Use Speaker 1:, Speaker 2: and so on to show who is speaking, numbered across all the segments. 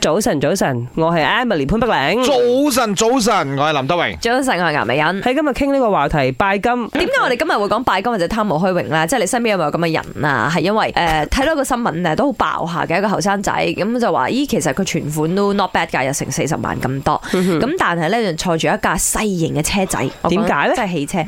Speaker 1: 早晨，早晨，我係 Emily 潘碧玲。
Speaker 2: 早晨，早晨，我係林德榮。
Speaker 3: 早晨，我係顏美 欣。
Speaker 1: 喺今日傾呢個話題，拜金。
Speaker 3: 點解我哋今日會講拜金或者貪慕虛榮啦？即係你身邊有冇咁嘅人啊？係因為诶睇、到一個新聞啊，都好爆下嘅一個後生仔，咁就話咦，其實佢存款都 not bad 㗎，有成四十萬咁多。
Speaker 1: 嗯
Speaker 3: 咁、但係咧就坐住一架細型嘅車仔，我講
Speaker 1: 點解呢
Speaker 3: 即係汽車。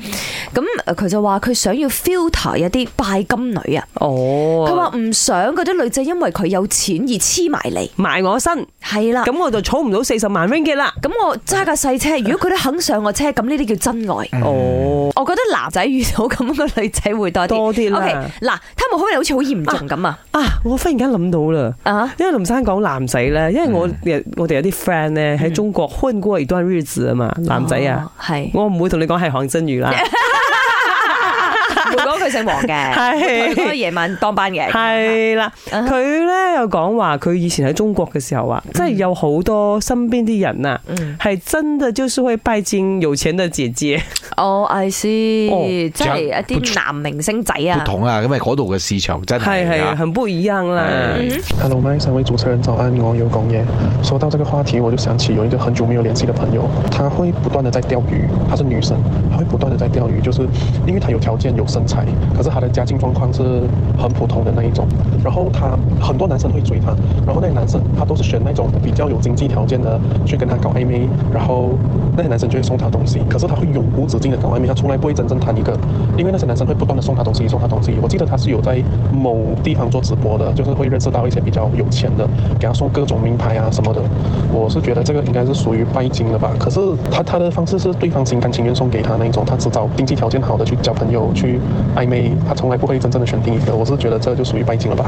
Speaker 3: 咁呃佢就話佢想要 filter 一啲拜金女啊。
Speaker 1: 哦，
Speaker 3: 佢話唔想嗰啲女仔因為佢有錢而黐埋嚟，
Speaker 1: 埋我身，
Speaker 3: 係啦。
Speaker 1: 咁我就儲唔到四十萬 ringgit 啦。
Speaker 3: 咁我揸架細車，如果佢都肯上我車，咁呢啲叫真愛。
Speaker 1: 哦，
Speaker 3: 我覺得男仔遇到咁嘅女仔會多啲。
Speaker 1: 多啲啦
Speaker 3: O K，嗱，貪慕虛榮好似好嚴重咁啊！
Speaker 1: 啊，我忽然間諗到啦。
Speaker 3: 啊，
Speaker 1: 因為林生講男仔咧，因為我我哋有啲 friend 咧喺中國混過一段日子啊嘛，男仔啊，
Speaker 3: 哦，係
Speaker 1: 我唔會同你 講係韓真宇啦，
Speaker 3: 會講佢姓黃嘅，佢嗰個
Speaker 1: 係
Speaker 3: 夜晚當班嘅，
Speaker 1: 係啦，
Speaker 3: 嗯
Speaker 1: 佢咧又講話佢以前喺中國嘅時候啊，即係有好多身邊啲人啊，
Speaker 3: 嗯，
Speaker 1: 係真的就是會拜金有錢的姐姐，
Speaker 3: 哦，I see，
Speaker 1: 哦
Speaker 3: 即係一啲男明星仔啊
Speaker 2: 不，同啊，因為嗰度嘅市場真
Speaker 1: 係
Speaker 2: 係
Speaker 1: 係
Speaker 2: 啊。
Speaker 1: 很不一樣啦。
Speaker 2: 嗯
Speaker 4: Hello，麦三位主持人早安，我有龚爷。说到这个话题，我就想起有一个很久没有联系的朋友，她会不断的在钓鱼，她是女生，她会不断的在钓鱼，就是因为她有条件有身材，可是她的家境状况是很普通的那一种。然后她很多男生会追她，然后那些男生她都是选那种比较有经济条件的去跟她搞暧昧，然后那些男生就会送她东西，可是她会永无止境的搞暧昧，她从来不会真正谈一个，因为那些男生会不断的送她东西，送她东西。我记得她是有在某地方做直播的，就是会认识到一些比较有钱的，给她送各种名牌啊什么的。我是觉得这个应该是属于拜金的吧。可是她她的方式是对方心甘情愿送给她那一种，她只找经济条件好的去交朋友去暧昧，她从来不会真正的选定一个。我是觉得这就属于拜金了吧。